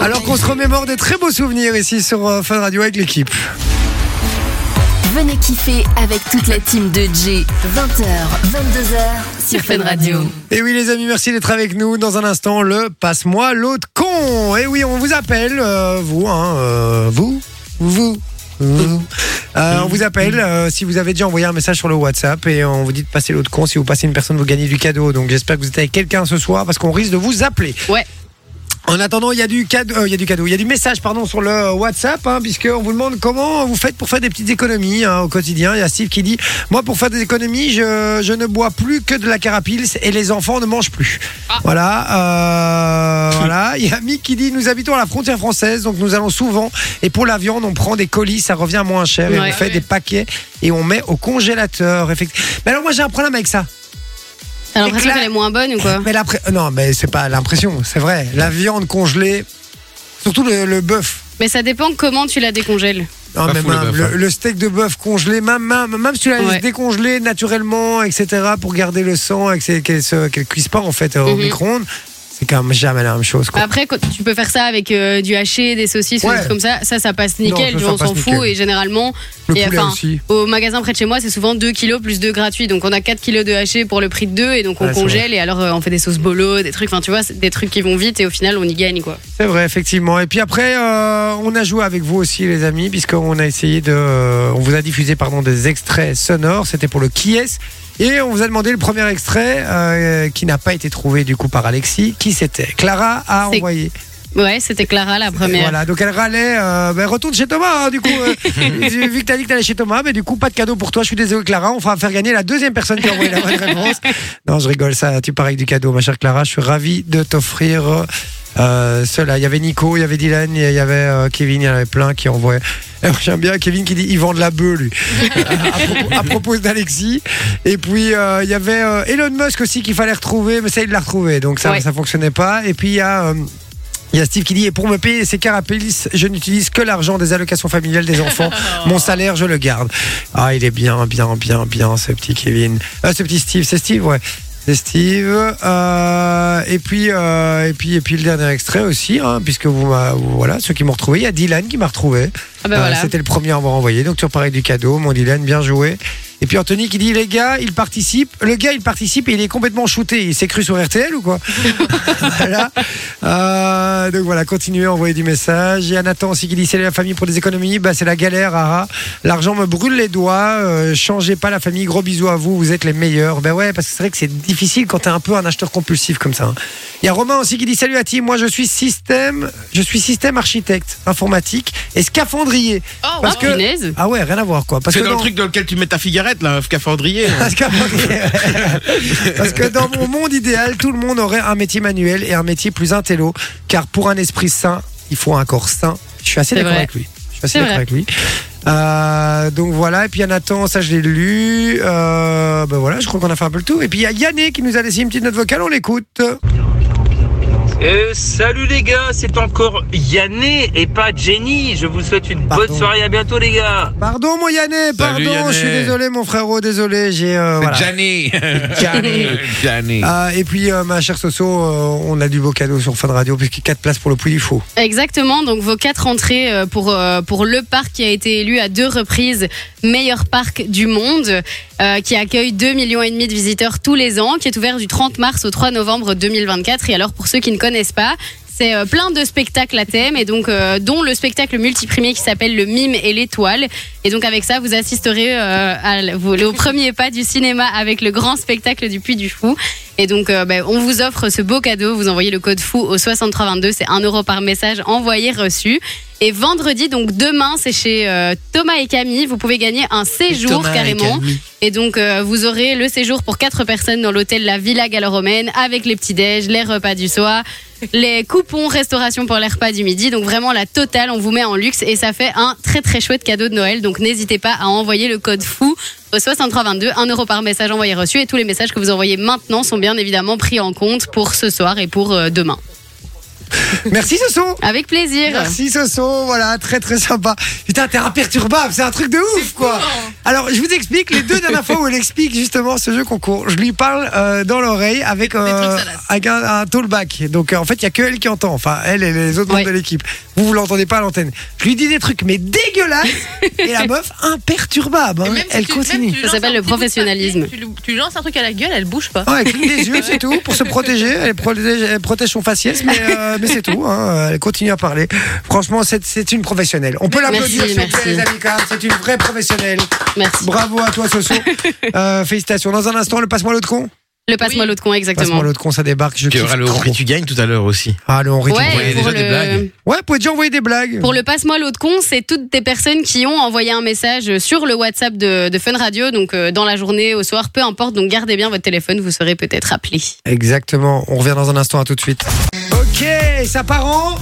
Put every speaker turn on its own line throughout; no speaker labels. Alors qu'on se remémore des très beaux souvenirs ici sur euh, Fun Radio avec l'équipe.
Venez kiffer avec toute la team de J. 20h, 22h sur Fun Radio.
Et oui les amis, merci d'être avec nous. Dans un instant, le passe-moi l'autre con. Et oui, on vous appelle, euh, vous, hein, euh, vous, vous. vous. Euh, on vous appelle euh, si vous avez déjà envoyé un message sur le WhatsApp et on vous dit de passer l'autre con. Si vous passez une personne, vous gagnez du cadeau. Donc j'espère que vous êtes avec quelqu'un ce soir parce qu'on risque de vous appeler.
Ouais.
En attendant, il y a du cadeau, euh, il y a du cadeau, il y a du message pardon sur le WhatsApp, hein, puisque on vous demande comment vous faites pour faire des petites économies hein, au quotidien. Il y a Steve qui dit, moi pour faire des économies, je, je ne bois plus que de la carapils et les enfants ne mangent plus. Voilà, euh, voilà. Il y a Mick qui dit, nous habitons à la frontière française, donc nous allons souvent et pour la viande, on prend des colis, ça revient moins cher et
Ouais.
on fait
Ouais.
des paquets et on met au congélateur. Effectivement. Mais alors moi j'ai un problème avec ça.
T'as l'impression
Éclat.
qu'elle est moins bonne ou quoi
Mais la pré- non, mais c'est pas l'impression, c'est vrai. La viande congelée, surtout le, le bœuf.
Mais ça dépend comment tu la décongèles.
Non,
Pas
mais
fou, le
même
bœuf,
le,
hein.
le steak de bœuf congelé, même, même, même si tu l'as
Ouais.
décongelé naturellement, etc., pour garder le sang et que c'est- qu'elle ne cuise pas en fait au
Mhm.
micro-ondes, c'est quand même jamais la même chose. Quoi.
Après, quand- tu peux faire ça avec euh, du haché, des saucisses ou
Ouais.
des trucs comme ça. Ça, ça passe
Non, ça,
nickel. tu vois,
ça
on s'en
passe
fout.
nickel.
Et généralement,
le
et
poulet
enfin,
aussi.
au magasin près de chez moi, c'est souvent 2 kilos plus 2 gratuits. Donc, on a 4 kilos de haché pour le prix de 2. Et donc, on
Ouais, c'est
congèle. Et alors, euh, on fait des sauces bolo, des trucs. Enfin, tu vois, c'est des trucs qui vont vite. Et au final, on y gagne, quoi.
C'est vrai, effectivement. Et puis après, euh, on a joué avec vous aussi, les amis, puisqu'on a essayé de. euh, on vous a diffusé pardon, des extraits sonores. C'était pour le qui est Et on vous a demandé le premier extrait euh, qui n'a pas été trouvé du coup par Alexis. Qui c'était Clara a
C'est
envoyé.
Ouais, c'était Clara la
Et
première.
Voilà, donc elle râlait. euh, ben, retourne chez Thomas, hein, du coup. euh, vu que t'as dit que t'allais chez Thomas, mais du coup, pas de cadeau pour toi. Je suis désolé, Clara. On va faire gagner la deuxième personne qui a envoyé la bonne réponse. Non, je rigole, ça. Tu parais avec du cadeau, ma chère Clara. Je suis ravi de t'offrir euh, cela. Il y avait Nico, il y avait Dylan, il y avait euh, Kevin, il y en avait plein qui envoyaient. Et moi, J'aime bien Kevin qui dit il vend de la bœuf, lui. à, propos, à propos d'Alexis. Et puis, euh, il y avait euh, Elon Musk aussi qu'il fallait retrouver, mais ça, il l'a retrouvé. Donc, ça,
Ouais.
ça fonctionnait pas. Et puis, il y a. euh, il y a Steve qui dit, et pour me payer ces carapelis, je n'utilise que l'argent des allocations familiales des enfants. Mon salaire, je le garde. Ah, il est bien, bien, bien, bien, ce petit Kevin. Ah, ce petit Steve, c'est Steve, ouais. C'est Steve. Euh, et, puis, euh, et, puis, et puis le dernier extrait aussi, hein, puisque vous, m'a- voilà, ceux qui m'ont retrouvé, il y a Dylan qui m'a retrouvé.
Ah, bah
Euh,
voilà.
C'était le premier à avoir envoyé. Donc tu repars avec du cadeau, mon Dylan, bien joué. Et puis Anthony qui dit les gars, il participe. Le gars, il participe et il est complètement shooté. Il s'est cru sur RTL ou quoi Voilà. Euh, donc voilà, continuez à envoyer du message. Il y a Nathan aussi qui dit c'est la famille pour des économies. Bah, c'est la galère, Ara. L'argent me brûle les doigts. Euh, changez pas la famille. Gros bisous à vous. Vous êtes les meilleurs. Ben ouais, parce que c'est vrai que c'est difficile quand t'es un peu un acheteur compulsif comme ça. hein. Il y a Romain aussi qui dit salut à ti. Moi, je suis système, je suis système architecte informatique et scaphandrier. parce que
Oh, Punaise.
ah ouais, rien à voir quoi. Parce
C'est
que
dans le
dans-
truc dans lequel tu mets ta cigarette, là, scaphandrier.
parce que, parce que dans mon monde idéal, tout le monde aurait un métier manuel et un métier plus intello. Car pour un esprit sain, il faut un corps sain. Je suis assez
C'est
d'accord
vrai.
avec lui. Je suis assez
C'est
d'accord
vrai.
avec lui. Euh, donc voilà, et puis il y a Nathan, ça je l'ai lu. Euh, ben voilà, je crois qu'on a fait un peu le tour. Et puis il y a Yanné qui nous a laissé une petite note vocale, on l'écoute.
Euh, salut les gars, c'est encore Yanné et pas Jenny. Je vous souhaite une
Pardon.
bonne soirée. À bientôt les gars.
Pardon mon Yanné, pardon,
Salut, Yanné.
je suis désolé mon frérot, désolé, j'ai. euh, voilà.
Gianni.
Gianni.
Gianni.
Ah, et puis euh, ma chère Soso, euh, on a du beau cadeau sur Fan Radio, puisqu'il y a 4 places pour le Puy du Fou.
Exactement, donc vos quatre entrées euh, pour, euh, pour le parc qui a été élu à deux reprises meilleur parc du monde, euh, qui accueille 2,5 millions et demi de visiteurs tous les ans, qui est ouvert du 30 mars au 3 novembre 2024. Et alors pour ceux qui ne connaissent pas, c'est euh, plein de spectacles à thème et donc euh, dont le spectacle multiprimé qui s'appelle Le Mime et l'Étoile. Et donc avec ça, vous assisterez euh, à l- vous- au premier pas du cinéma avec le grand spectacle du Puy du Fou. Et donc, euh, ben, on vous offre ce beau cadeau. Vous envoyez le code FOU au 6322. C'est 1 euro par message envoyé, reçu. Et vendredi, donc demain, c'est chez euh, Thomas et Camille. Vous pouvez gagner un séjour carrément. Et donc, euh, vous aurez le séjour pour quatre personnes dans l'hôtel La Villa Gallo-Romaine avec les petits-déj, les repas du soir, les coupons restauration pour les repas du midi. Donc, vraiment la totale, on vous met en luxe et ça fait un très très chouette cadeau de Noël. Donc, n'hésitez pas à envoyer le code FOU au 6322, 1 euro par message envoyé reçu. Et tous les messages que vous envoyez maintenant sont bien évidemment pris en compte pour ce soir et pour euh, demain.
Merci Soso.
Avec plaisir.
Merci Soso, voilà, très très sympa. Putain, t'es imperturbable, c'est un truc de ouf quoi.
hein.
Alors, je vous explique les deux dernières fois où elle explique justement ce jeu concours. Je lui parle euh, dans l'oreille avec, euh,
trucs salaces.
avec un, un tollback. Donc euh, en fait, il y a que elle qui entend, enfin elle et les autres
Ouais.
membres de l'équipe. Vous vous l'entendez pas à l'antenne. Je lui dis des trucs mais dégueulasses et la meuf imperturbable,
Et
hein,
même si
elle
tu-
continue.
même tu
Ça
lances
s'appelle
un
le
petit bout de papier,
professionnalisme.
Tu, lui- tu lances un truc à la gueule, elle bouge pas.
Ouais, Ah, elle cligne les yeux, c'est tout, pour se protéger. Elle protège, elle protège son faciès, mais, euh, mais c'est tout. hein. Elle continue à parler. Franchement, c'est- c'est une professionnelle. On peut l'applaudir,
Merci,
s'il vous plaît,
merci.
les amis, quand même. C'est une vraie professionnelle.
Merci.
Bravo à toi, Soso. Euh, félicitations. Dans un instant, le passe-moi l'autre con.
Le passe-moi
Oui.
l'autre con, exactement.
Passe-moi l'autre con, ça débarque. Je
Tu
kiffe
auras le
trop.
prix, tu gagnes tout à l'heure aussi.
Ah, le Henri Tourcoing.
Ouais,
envoyé
pour
déjà des
le,
blagues.
Ouais, vous pouvez déjà envoyer des blagues.
pour le passe-moi l'autre con, c'est toutes des personnes qui ont envoyé un message sur le WhatsApp de, de Fun Radio, donc euh, dans la journée, au soir, peu importe. Donc gardez bien votre téléphone, vous serez peut-être appelé.
Exactement. On revient dans un instant, à tout de suite. Ok, ça part en.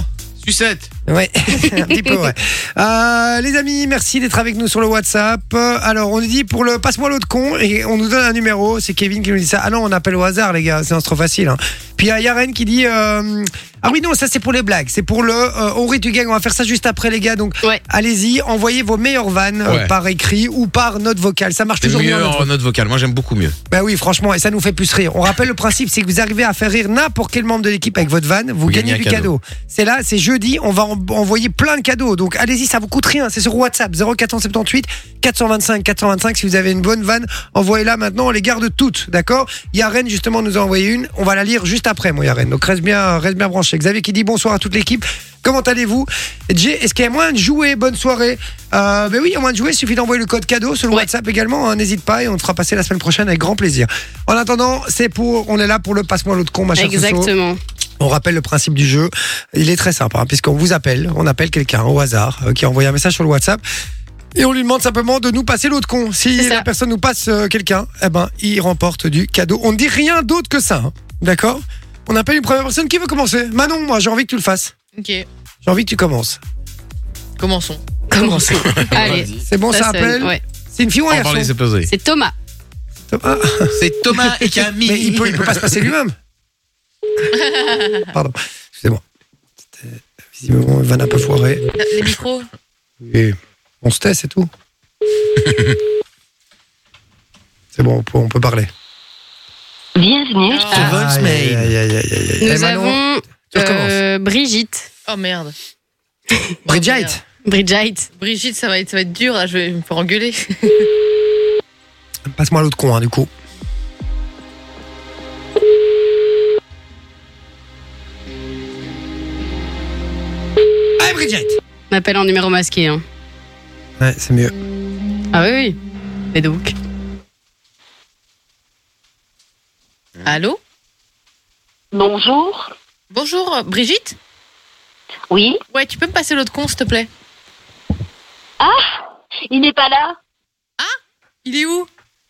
Sucette.
Ouais, un petit peu, ouais. Euh, les amis, merci d'être avec nous sur le WhatsApp. Euh, Alors, on nous dit pour le passe-moi l'autre con et on nous donne un numéro. C'est Kevin qui nous dit ça. Ah non, on appelle au hasard, les gars, c'est trop facile. hein. Puis il y a Yaren qui dit euh, Ah oui, non, ça c'est pour les blagues. C'est pour le euh, Henri, tu gagnes. On va faire ça juste après, les gars. Donc,
Ouais.
allez-y, envoyez vos meilleures vannes euh,
Ouais.
par écrit ou par note vocale. Ça marche
C'est
toujours
mieux
bien.
en note vocale. Moi, j'aime beaucoup mieux.
Ben oui, franchement, et ça nous fait plus rire. On rappelle le principe, c'est que vous arrivez à faire rire n'importe quel membre de l'équipe avec votre van, vous, gagnez, du cadeau. C'est là, c'est jeudi, on va en- envoyer plein de cadeaux. Donc allez-y, ça vous coûte rien. C'est sur WhatsApp 0478 425 425. Si vous avez une bonne vanne, envoyez-la maintenant. On les garde toutes, d'accord Yaren justement nous a envoyé une. On va la lire juste après, mon Yaren. Donc reste bien, reste bien branché. Xavier qui dit bonsoir à toute l'équipe. Comment allez-vous Jay, est-ce qu'il y a moyen de jouer Bonne soirée. Euh, ben oui, il y a moyen de jouer. Il suffit d'envoyer le code cadeau sur le WhatsApp également. hein, N'hésite pas et on te fera passer la semaine prochaine avec grand plaisir. En attendant, c'est pour, on est là pour le passe-moi l'autre con, ma chère Soso.
Exactement.
On rappelle le principe du jeu. Il est très simple, hein, puisqu'on vous appelle, on appelle quelqu'un au hasard euh, qui a envoyé un message sur le WhatsApp. Et on lui demande simplement de nous passer l'autre con. Si
C'est ça.
la personne nous passe euh, quelqu'un, eh ben, il remporte du cadeau. On ne dit rien d'autre que ça. hein, D'accord On appelle une première personne qui veut commencer. Manon, moi, j'ai envie que tu le fasses.
Ok,
J'ai envie que tu commences.
commençons.
Commençons. Allez.
C'est bon, ça
Ça sonne,
appelle
Bah, ouais.
C'est une fille ou un
On parle
garçon
des opposés.
C'est Thomas.
Ah,
C'est Thomas et Camille.
Mais il peut, il peut pas se passer lui-même. Pardon. Excusez-moi. C'était visiblement une vanne un peu foirée.
Les micros
Mmh.
Et on se tait, c'est tout. c'est bon, on peut, on peut parler.
Bienvenue.
Ah.
Aïe, aïe, aïe, aïe, aïe, aïe.
Nous
Eh, Manon,
avons
tu recommences.
euh, Brigitte.
Oh merde.
Brigitte.
Brigitte.
Brigitte, ça va être, ça va être dur, là, je vais me faire engueuler.
Passe-moi l'autre con, hein, du coup. Allez, Brigitte.
On appelle en numéro masqué. hein.
Ouais, c'est mieux.
Ah oui, oui. Mais donc.
Allô
Bonjour.
Bonjour, euh, Brigitte
Oui.
Ouais, tu peux me passer l'autre con, s'il te plaît
Ah, Il n'est pas là.
Ah, Il est où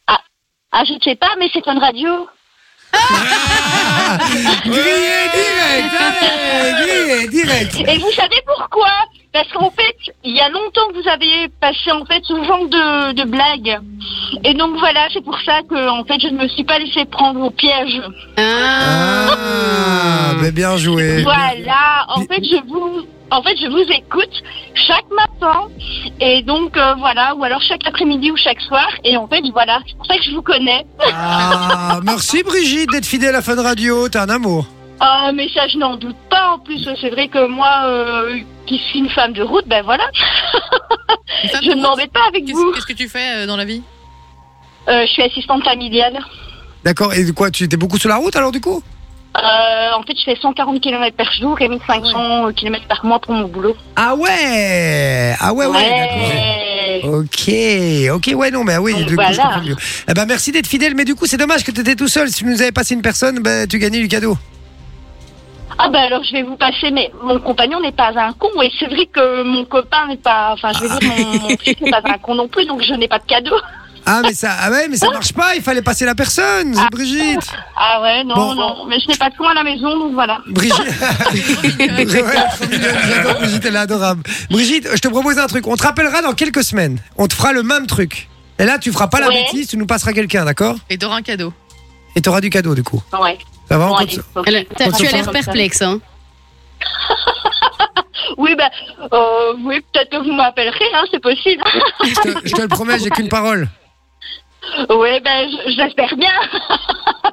Ah, je ne sais pas, mais c'est Fun Radio.
Grillé direct, allez, grillé direct.
Et vous savez pourquoi Parce qu'en fait, il y a longtemps que vous avez passé en fait ce genre de, de blague. Et donc voilà, c'est pour ça que en fait, je ne me suis pas laissé prendre au piège.
Ah.
Ah, mais bien joué.
Voilà. En fait, je vous, en fait, je vous écoute chaque matin. Et donc euh, voilà, ou alors chaque après-midi ou chaque soir. Et en fait, voilà, c'est pour ça que je vous connais.
Ah, merci Brigitte d'être fidèle à Fun Radio, t'es un amour.
Ah, mais ça, je n'en doute pas. En plus, c'est vrai que moi, euh, qui suis une femme de route, ben voilà,
Une femme
je
de
ne
route
m'embête pas avec vous.
Qu'est-ce qu'est-ce que tu fais euh, dans la vie
Euh, je suis assistante familiale.
D'accord, et quoi, tu étais beaucoup sur la route alors du coup
Euh, en fait, je fais 140 km par jour et 1500 km euh, par mois pour mon boulot.
Ah ouais Ah ouais, ouais,
ouais.
d'accord. Ok, ok, ouais, non, mais ah oui,
Donc
du coup, je
voilà.
comprends mieux. Eh ben, merci d'être fidèle, mais du coup, c'est dommage que t'étais tout seul. Si tu nous avais passé une personne, ben, tu gagnais du cadeau.
Ah ben alors, je vais vous passer, mais mon compagnon n'est pas un con. Et c'est vrai que mon copain n'est pas... Enfin, je veux dire, mon, mon fils n'est pas un con non plus, donc je n'ai pas de cadeau.
Ah, mais ça, ah ouais, mais ça marche pas, il fallait passer la personne, c'est Brigitte.
Ah ouais, non,
Bon.
non. Mais je n'ai pas de con à la maison, donc voilà.
Brigitte. Ouais, trop mignonne, j'adore Brigitte, elle est adorable. Brigitte, je te propose un truc. On te rappellera dans quelques semaines. On te fera le même truc. Et là, tu feras pas la
Ouais.
bêtise, tu nous passeras quelqu'un, d'accord
Et t'auras un cadeau.
Et tu auras du cadeau, du coup.
Ouais.
Ça va
Bon,
on
allez,
compte-
ok.
Elle- t'as-
On
tu as
fait
l'air
comme ça.
perplexe. Hein.
Oui, bah, euh, oui, peut-être que vous m'appellerez, hein, c'est possible.
Je te, je te le promets, j'ai qu'une parole.
oui, bah, j- j'espère bien.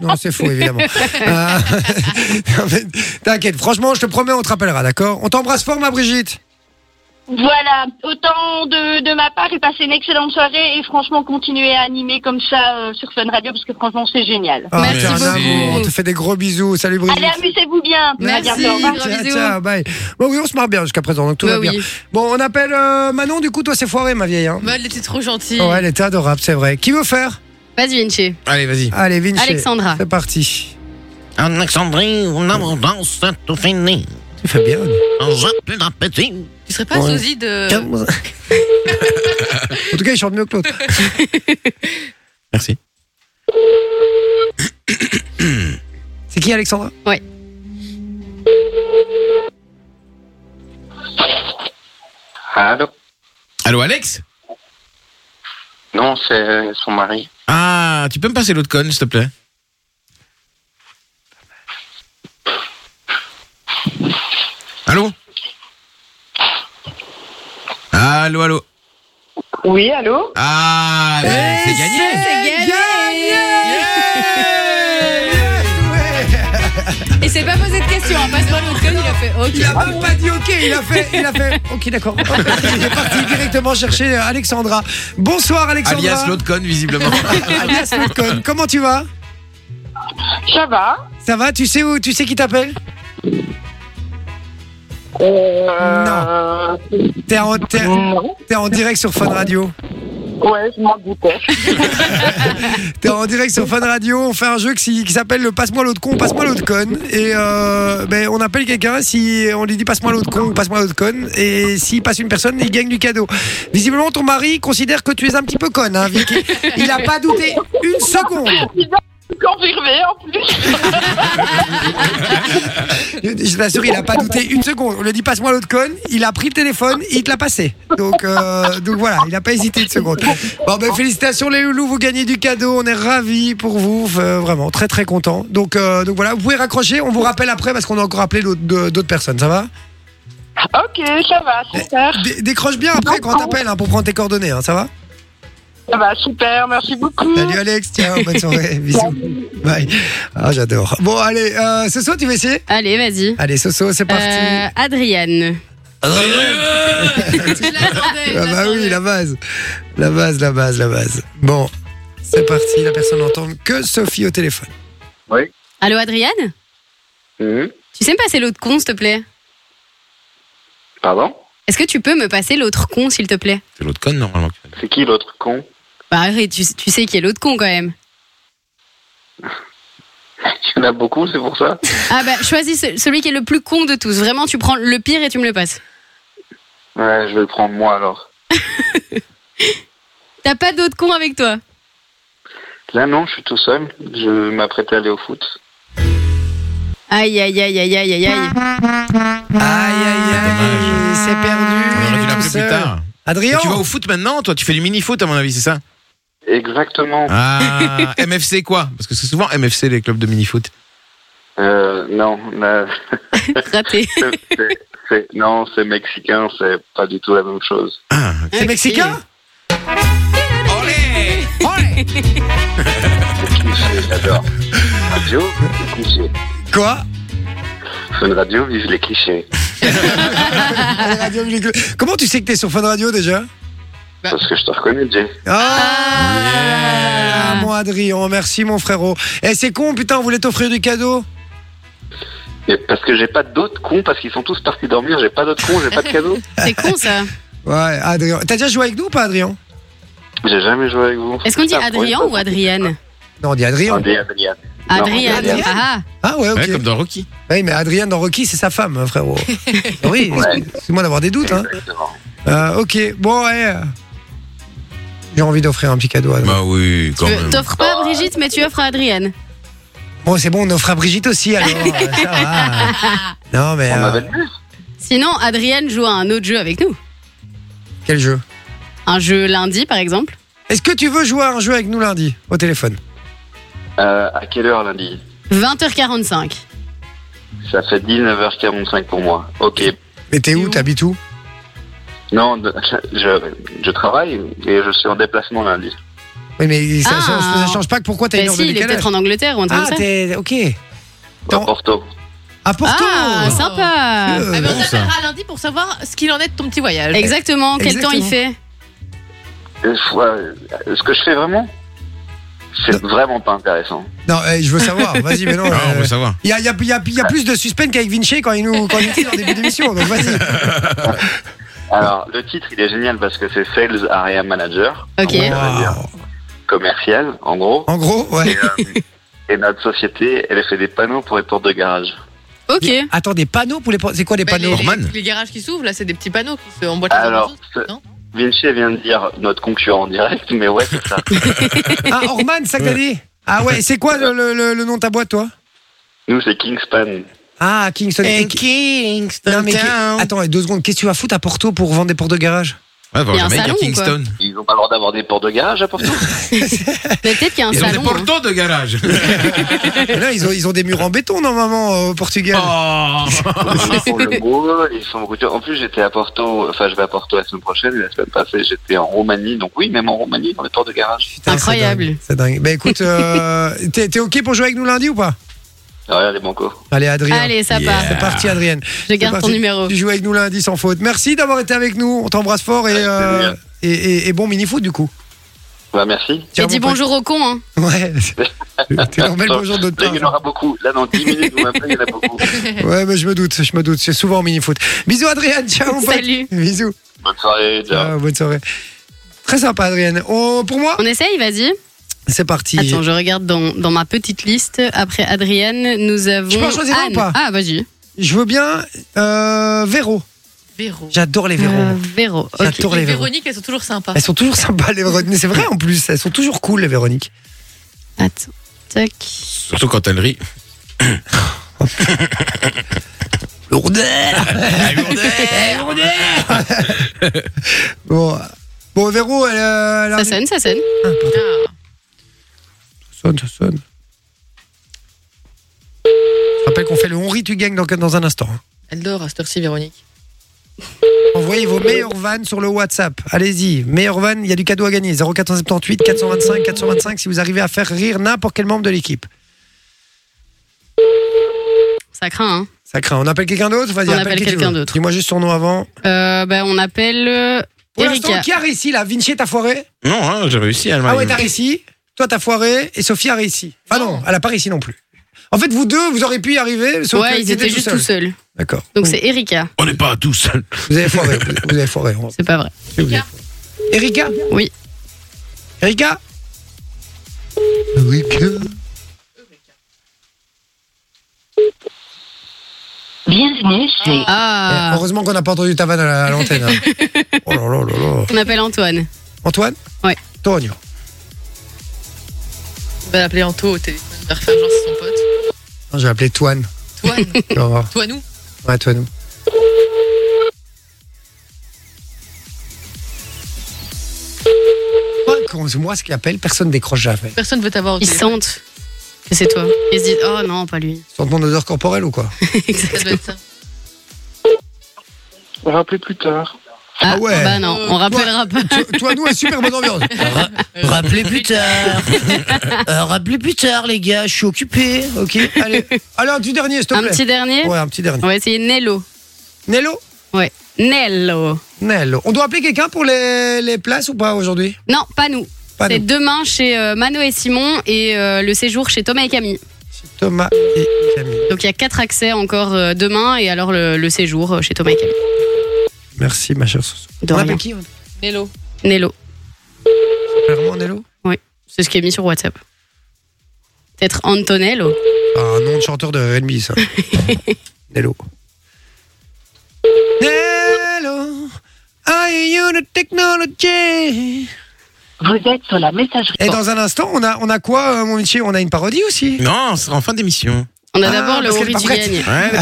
Non, c'est faux, évidemment. Euh, non, mais T'inquiète, franchement, je te promets, on te rappellera, d'accord On t'embrasse fort, ma Brigitte.
Voilà, autant de, de ma part et passez une excellente soirée et franchement, continuez à animer comme ça euh, sur Fun Radio parce que franchement, c'est génial.
Ah,
Merci
t'es un
beaucoup.
amour, On te fait des gros bisous. Salut, Brigitte.
Allez, amusez-vous bien.
Merci.
À bientôt, au revoir.
gros
Ciao,
bisous.
ciao, bye. Bon, oui, on se marre bien jusqu'à présent, donc tout va
Bah
bien.
oui.
Bon, on appelle euh, Manon, du coup, toi, c'est foiré, ma vieille. Hein.
Bah, elle était trop gentille.
Ouais, elle était adorable, c'est vrai. Qui veut faire
Vas-y, Vinci.
Allez, vas-y.
Allez, Vinci.
Alexandra.
C'est parti.
Alexandrie, on avance, c'est tout fini.
Tu fais bien.
J'ai plus d'appétit.
Tu serais pas
Ouais.
sosie de.
en tout cas, il chante mieux que l'autre.
Merci.
C'est qui, Alexandra
Ouais.
Allô
Allô, Alex
Non, c'est euh, son mari.
Ah, tu peux me passer l'autre conne, s'il te plaît Allô Allô, allô
Oui, allô
Ah, mais c'est gagné
Et c'est pas posé de question, hein. passe-moi l'autre conne, il a fait
Il
OK.
a même pas dit OK, il a fait, il a fait OK, d'accord. Il est parti directement chercher euh, Alexandra. Bonsoir Alexandra.
Alias l'autre conne, visiblement.
Alias l'autre con. Comment tu vas
Ça va
Ça va Tu sais où Tu sais qui t'appelle
euh...
T'es en, t'es-
Non.
t'es en direct sur Fun Radio.
Ouais, je m'en doutais.
T'es en direct sur Fun Radio. On fait un jeu qui, qui s'appelle le Passe-moi l'autre con, passe-moi l'autre con. Et euh, ben, on appelle quelqu'un si on lui dit passe-moi l'autre con, passe-moi l'autre con. Et s'il passe une personne, il gagne du cadeau. Visiblement, ton mari considère que tu es un petit peu conne, hein, Vicky. Il a pas douté une seconde.
Confirmé en plus.
Je je t'assure, il a pas douté une seconde. On lui a dit passe-moi l'autre conne. Il a pris le téléphone, il te l'a passé. Donc, euh, donc voilà, il n'a pas hésité une seconde. Bon, ben félicitations les loulous, vous gagnez du cadeau. On est ravis pour vous, Euh, vraiment très très content. Donc, euh, donc voilà, vous pouvez raccrocher. On vous rappelle après parce qu'on a encore appelé d'autres- de- d'autres personnes. Ça va
Ok, ça va, super.
Dé- Décroche bien après quand t'appelles hein, pour prendre tes coordonnées. hein, ça va
Ça va, super, merci beaucoup.
Salut Alex, tiens, bonne soirée, bisous. Bye. Ah j'adore. Bon allez, euh, Soso, tu veux essayer
Allez, vas-y.
Allez Soso, c'est parti.
Euh, Adriane.
Je l'attendais, je
Ah bah oui,
l'attendais.
la base. La base, la base, la base. Bon, c'est parti, la personne n'entend que Sophie au téléphone.
Allô, Adriane
Hum,
Tu sais me passer l'autre con, s'il te plaît
Pardon
Est-ce que tu peux me passer l'autre con, s'il te plaît
C'est l'autre conne, normalement. que tu as dit.
C'est qui l'autre con
Bah arrête, tu, tu sais qui est l'autre con quand même.
Il y en a beaucoup, c'est pour ça
Ah bah choisis ce- celui qui est le plus con de tous. Vraiment, tu prends le pire et tu me le passes.
Ouais, je vais le prendre moi alors.
T'as pas d'autre con avec toi
Là, non, je suis tout seul. Je m'apprête à aller au foot.
Aïe, aïe, aïe, aïe, aïe, aïe, aïe.
Aïe, aïe, aïe,
Ah. dommage.
c'est perdu.
On aurait dû
tout
l'appeler plus
seul.
tard. Et
Adrien
tu vas au foot maintenant, toi Tu fais du mini-foot, à mon avis, c'est ça
Exactement.
Ah, MFC quoi Parce que c'est souvent MFC, les clubs de mini-foot.
Euh, non, là,
Raté.
c'est- c'est- c'est- non, c'est mexicain, c'est pas du tout la même chose.
Ah,
C'est mexicain
C'est cliché, j'adore. Radio, c'est cliché.
Quoi
Fun Radio, vive les clichés.
Allez, Ah, Radio Mille- Comment tu sais que t'es sur Fun Radio déjà
Parce que je te reconnais, Jay.
Ah.
Ah, mon Adrien, merci mon frérot. Eh, c'est con, putain, on voulait t'offrir du cadeau.
Et parce que j'ai pas d'autres cons, parce qu'ils sont tous partis dormir, j'ai pas d'autres cons, j'ai pas de cadeaux.
C'est con ça.
Ouais, Adrien. T'as déjà joué avec nous ou pas, Adrien
J'ai jamais joué avec vous.
Est-ce qu'on dit
C'est la première
Adrien
fois.
ou Adrienne
Non, on dit Adrien.
On dit Adrien. Non,
Adrienne.
Adrienne.
Ah,
Ah ouais, ok.
ouais, comme dans Rocky.
Oui, mais Adrien dans Rocky, c'est sa femme, hein, frérot. oui,
Ouais.
excuse-moi d'avoir des doutes. Hein.
Exactement.
Euh, ok, bon, ouais. J'ai envie d'offrir un petit cadeau à Adrien.
Bah oui,
ah.
quand
Tu- T'offres pas à Brigitte, mais tu offres à Adrienne.
Bon, c'est bon, on offre à Brigitte aussi, alors. ça va. Non, mais.
On
euh,
m'avait dit.
Sinon, Adrienne joue à un autre jeu avec nous.
quel jeu
Un jeu lundi, par exemple.
Est-ce que tu veux jouer à un jeu avec nous lundi, au téléphone
Euh, à quelle heure lundi
20h45.
Ça fait 19h45 pour moi. Ok.
Mais t'es où
où
T'habites où
Non, de- je, je travaille et je suis en déplacement lundi.
Oui, mais ça,
Ah.
change, ça change pas que pourquoi t'as
Bah
une heure
si,
de
il est
décalage.
peut-être en Angleterre ou un truc
Ah,
comme ça.
t'es. Ok.
À
Dans-
Porto.
À Porto
Ah, sympa.
Euh,
Ah, mais on
bon, ça.
t'appellera lundi pour savoir ce qu'il en est de ton petit voyage.
Exactement. Quel temps il fait
Euh, ouais, Ce que je fais vraiment, c'est vraiment pas intéressant.
Non, eh, je veux savoir. Vas-y, mais non.
Ah, on
euh,
veut savoir.
Il y a, il y a- il y a- il y a plus de suspense qu'avec Vinci quand il nous quand il était en début d'émission. Donc vas-y.
Alors, le titre, il est génial parce que c'est Sales Area Manager.
Ok.
Ah.
Donc, ça veut dire Commercial, en gros.
En gros, ouais.
Et, euh, et notre société, elle fait des panneaux pour les portes de garage.
Ok.
Attends, des panneaux pour les portes. C'est quoi des
Bah,
panneaux
les,
Norman.
les garages qui s'ouvrent, là, c'est des petits panneaux qui se emboîtent les uns
Alors,
les autres, non
Vinci vient de dire notre concurrent en direct, mais ouais, c'est ça.
Ah, Orman, c'est ça que t'as dit Ah ouais, c'est quoi le, le- le- le nom de ta boîte, toi
Nous, c'est Kingspan.
Ah, Kingston.
Euh,
Et qui-
Kingston
non, mais qui- Attends, deux secondes. Qu'est-ce que tu vas foutre à Porto pour vendre des portes de garage
Ouais, bon,
Il y a un
jamais
salon
dire
ou
Kingston.
Ils n'ont pas le droit d'avoir des portes de garage à Porto
Mais Bah, peut-être qu'il y a un
Ils ont des
salon. hein.
portants de garage.
Mais Là, ils ont, ils ont des murs en béton, normalement, au Portugal.
Oh.
Ils font le bois, ils font beaucoup de choses. En plus, j'étais à Porto, enfin, je vais à Porto la semaine prochaine, et la semaine passée, j'étais en Roumanie, donc oui, même en Roumanie, dans les portes de garage.
Putain, c'est
Incroyable.
dingue, C'est dingue. Bah écoute, euh, t'es t'es OK pour jouer avec nous lundi ou pas
Alors, regarde les bancos.
Allez, Adrien.
Allez, ça
Yeah.
part.
C'est parti, Adrienne.
Je
hein. C'est
garde ton
parti.
numéro.
Tu joues avec nous lundi sans faute. Merci d'avoir été avec nous. On t'embrasse fort et,
Avec
euh,
plaisir.
et, et- et bon mini-foot du coup.
Bah, merci.
Et
Tiens,
dis
mon pote.
bonjour au con. Hein.
Ouais. T'es normal, bonjour de notre
Là,
part.
il y en aura beaucoup. Là, dans 10 minutes, vous m'appelez, il y en a beaucoup.
Ouais, mais je me doute, je me doute. C'est souvent en mini-foot. Bisous, Adrienne. Ciao, mon pote.
Salut.
Bisous.
Bonne soirée, ciao.
Ciao, bonne soirée. Très sympa, Adrienne. Oh, pour moi,
On essaye, vas-y.
c'est parti.
Attends, je regarde dans, dans ma petite liste. Après Adrienne, nous avons.
peux en choisir un
Anne.
ou pas
Ah, vas-y.
Je veux bien euh, Véro.
Véro. Ah,
J'adore les Véro.
Euh, Véro. ok.
J'adore
Les
les Véro.
Véroniques, elles sont toujours sympas.
Elles sont toujours sympas, les Véroniques. C'est vrai en plus, elles sont toujours cool, les Véroniques.
Attends. Tac.
Surtout quand elle rit.
Lourdes. Bon, bon Véro, elle, euh, elle a-
Ça sonne, ça sonne.
Ah, pardon.
Ah.
Ça sonne, ça sonne. Je rappelle qu'on fait le on rit, tu gagnes dans, dans un instant. hein.
Elle dort à cette heure-ci, Véronique.
Envoyez vos meilleures vannes sur le WhatsApp. Allez-y, meilleures vannes, il y a du cadeau à gagner. 0478 425 425 si vous arrivez à faire rire n'importe quel membre de l'équipe.
Ça craint, hein.
Ça craint. On appelle quelqu'un d'autre Vas-y,
On
appelle
appelle
qui tu
quelqu'un
veux.
d'autre.
Dis-moi juste son nom avant.
Euh, bah, on appelle. euh,
Pour
Erika.
l'instant, qui a réussi là Vinci, t'as foiré
Non, hein, j'ai réussi à le
Ah ouais,
marier.
t'as réussi. Toi, t'as foiré. Et Sophie a réussi. Ah non,
Non.
elle a pas réussi non plus. En fait, vous deux, vous auriez pu y arriver. sauf que
Ouais, ils étaient juste tout seuls.
D'accord.
Donc
Vous-
c'est Erika.
On n'est pas tous seuls.
Vous avez foiré. vous- vous avez foiré.
C'est pas vrai.
Erika
Oui.
Erika Erika.
Bienvenue chez
Ah.
Eh, Heureusement qu'on n'a pas entendu ta vanne à la- à l'antenne. hein. oh là là là là.
On appelle Antoine.
Antoine
Ouais.
Antonio.
On va l'appeler Anto au téléphone, on va refaire genre c'est son pote.
Non, J'ai appelé Toine.
Toine,
Tu vas voir.
toi nous.
Ouais, Toine. Pourquoi, quand c'est moi ce qui appelle, personne décroche jamais.
Personne veut t'avoir au
Ils
téléphone.
sentent que c'est toi. Ils se disent Oh non, pas lui.
Sur mon odeur corporelle ou quoi
Ça doit être ça.
Rappelez plus tard.
Ah,
ouais.
Bah non, on rappellera pas.
Toi, nous, une super bonne ambiance.
Rappelez plus tard. Euh, rappelez plus tard, les gars. Je suis occupé.
Ok, allez. Allez, un petit dernier, s'il te
Un
plaît.
petit dernier
Ouais, un petit dernier.
On va essayer Nello.
Nello
Ouais. Nello.
Nello. On doit appeler quelqu'un pour les, les places ou pas aujourd'hui
Non, pas nous.
Pas
C'est
nous.
demain chez euh, Mano et Simon et euh, le séjour chez Thomas et Camille.
Thomas et Camille.
Donc il y a quatre accès encore euh, demain et alors le, le séjour euh, chez Thomas et Camille.
Merci, ma chère Soso.
De
On
rien.
appelle qui
Euh,
on
Mélo.
Nello.
appelle Vraiment Nello
C'est ce qui est mis sur WhatsApp. Peut-être Antonello.
Ah, Un nom de chanteur de R&B, ça. Nello. Nello, are you the technology
Vous êtes sur la messagerie.
Et dans un instant, on a, on a quoi, euh, mon Vinci On a une parodie aussi
Non, ce sera en fin d'émission.
On a
Ah,
d'abord le
parce
Henri,
qu'elle
tu
est pas prête.
gagnes.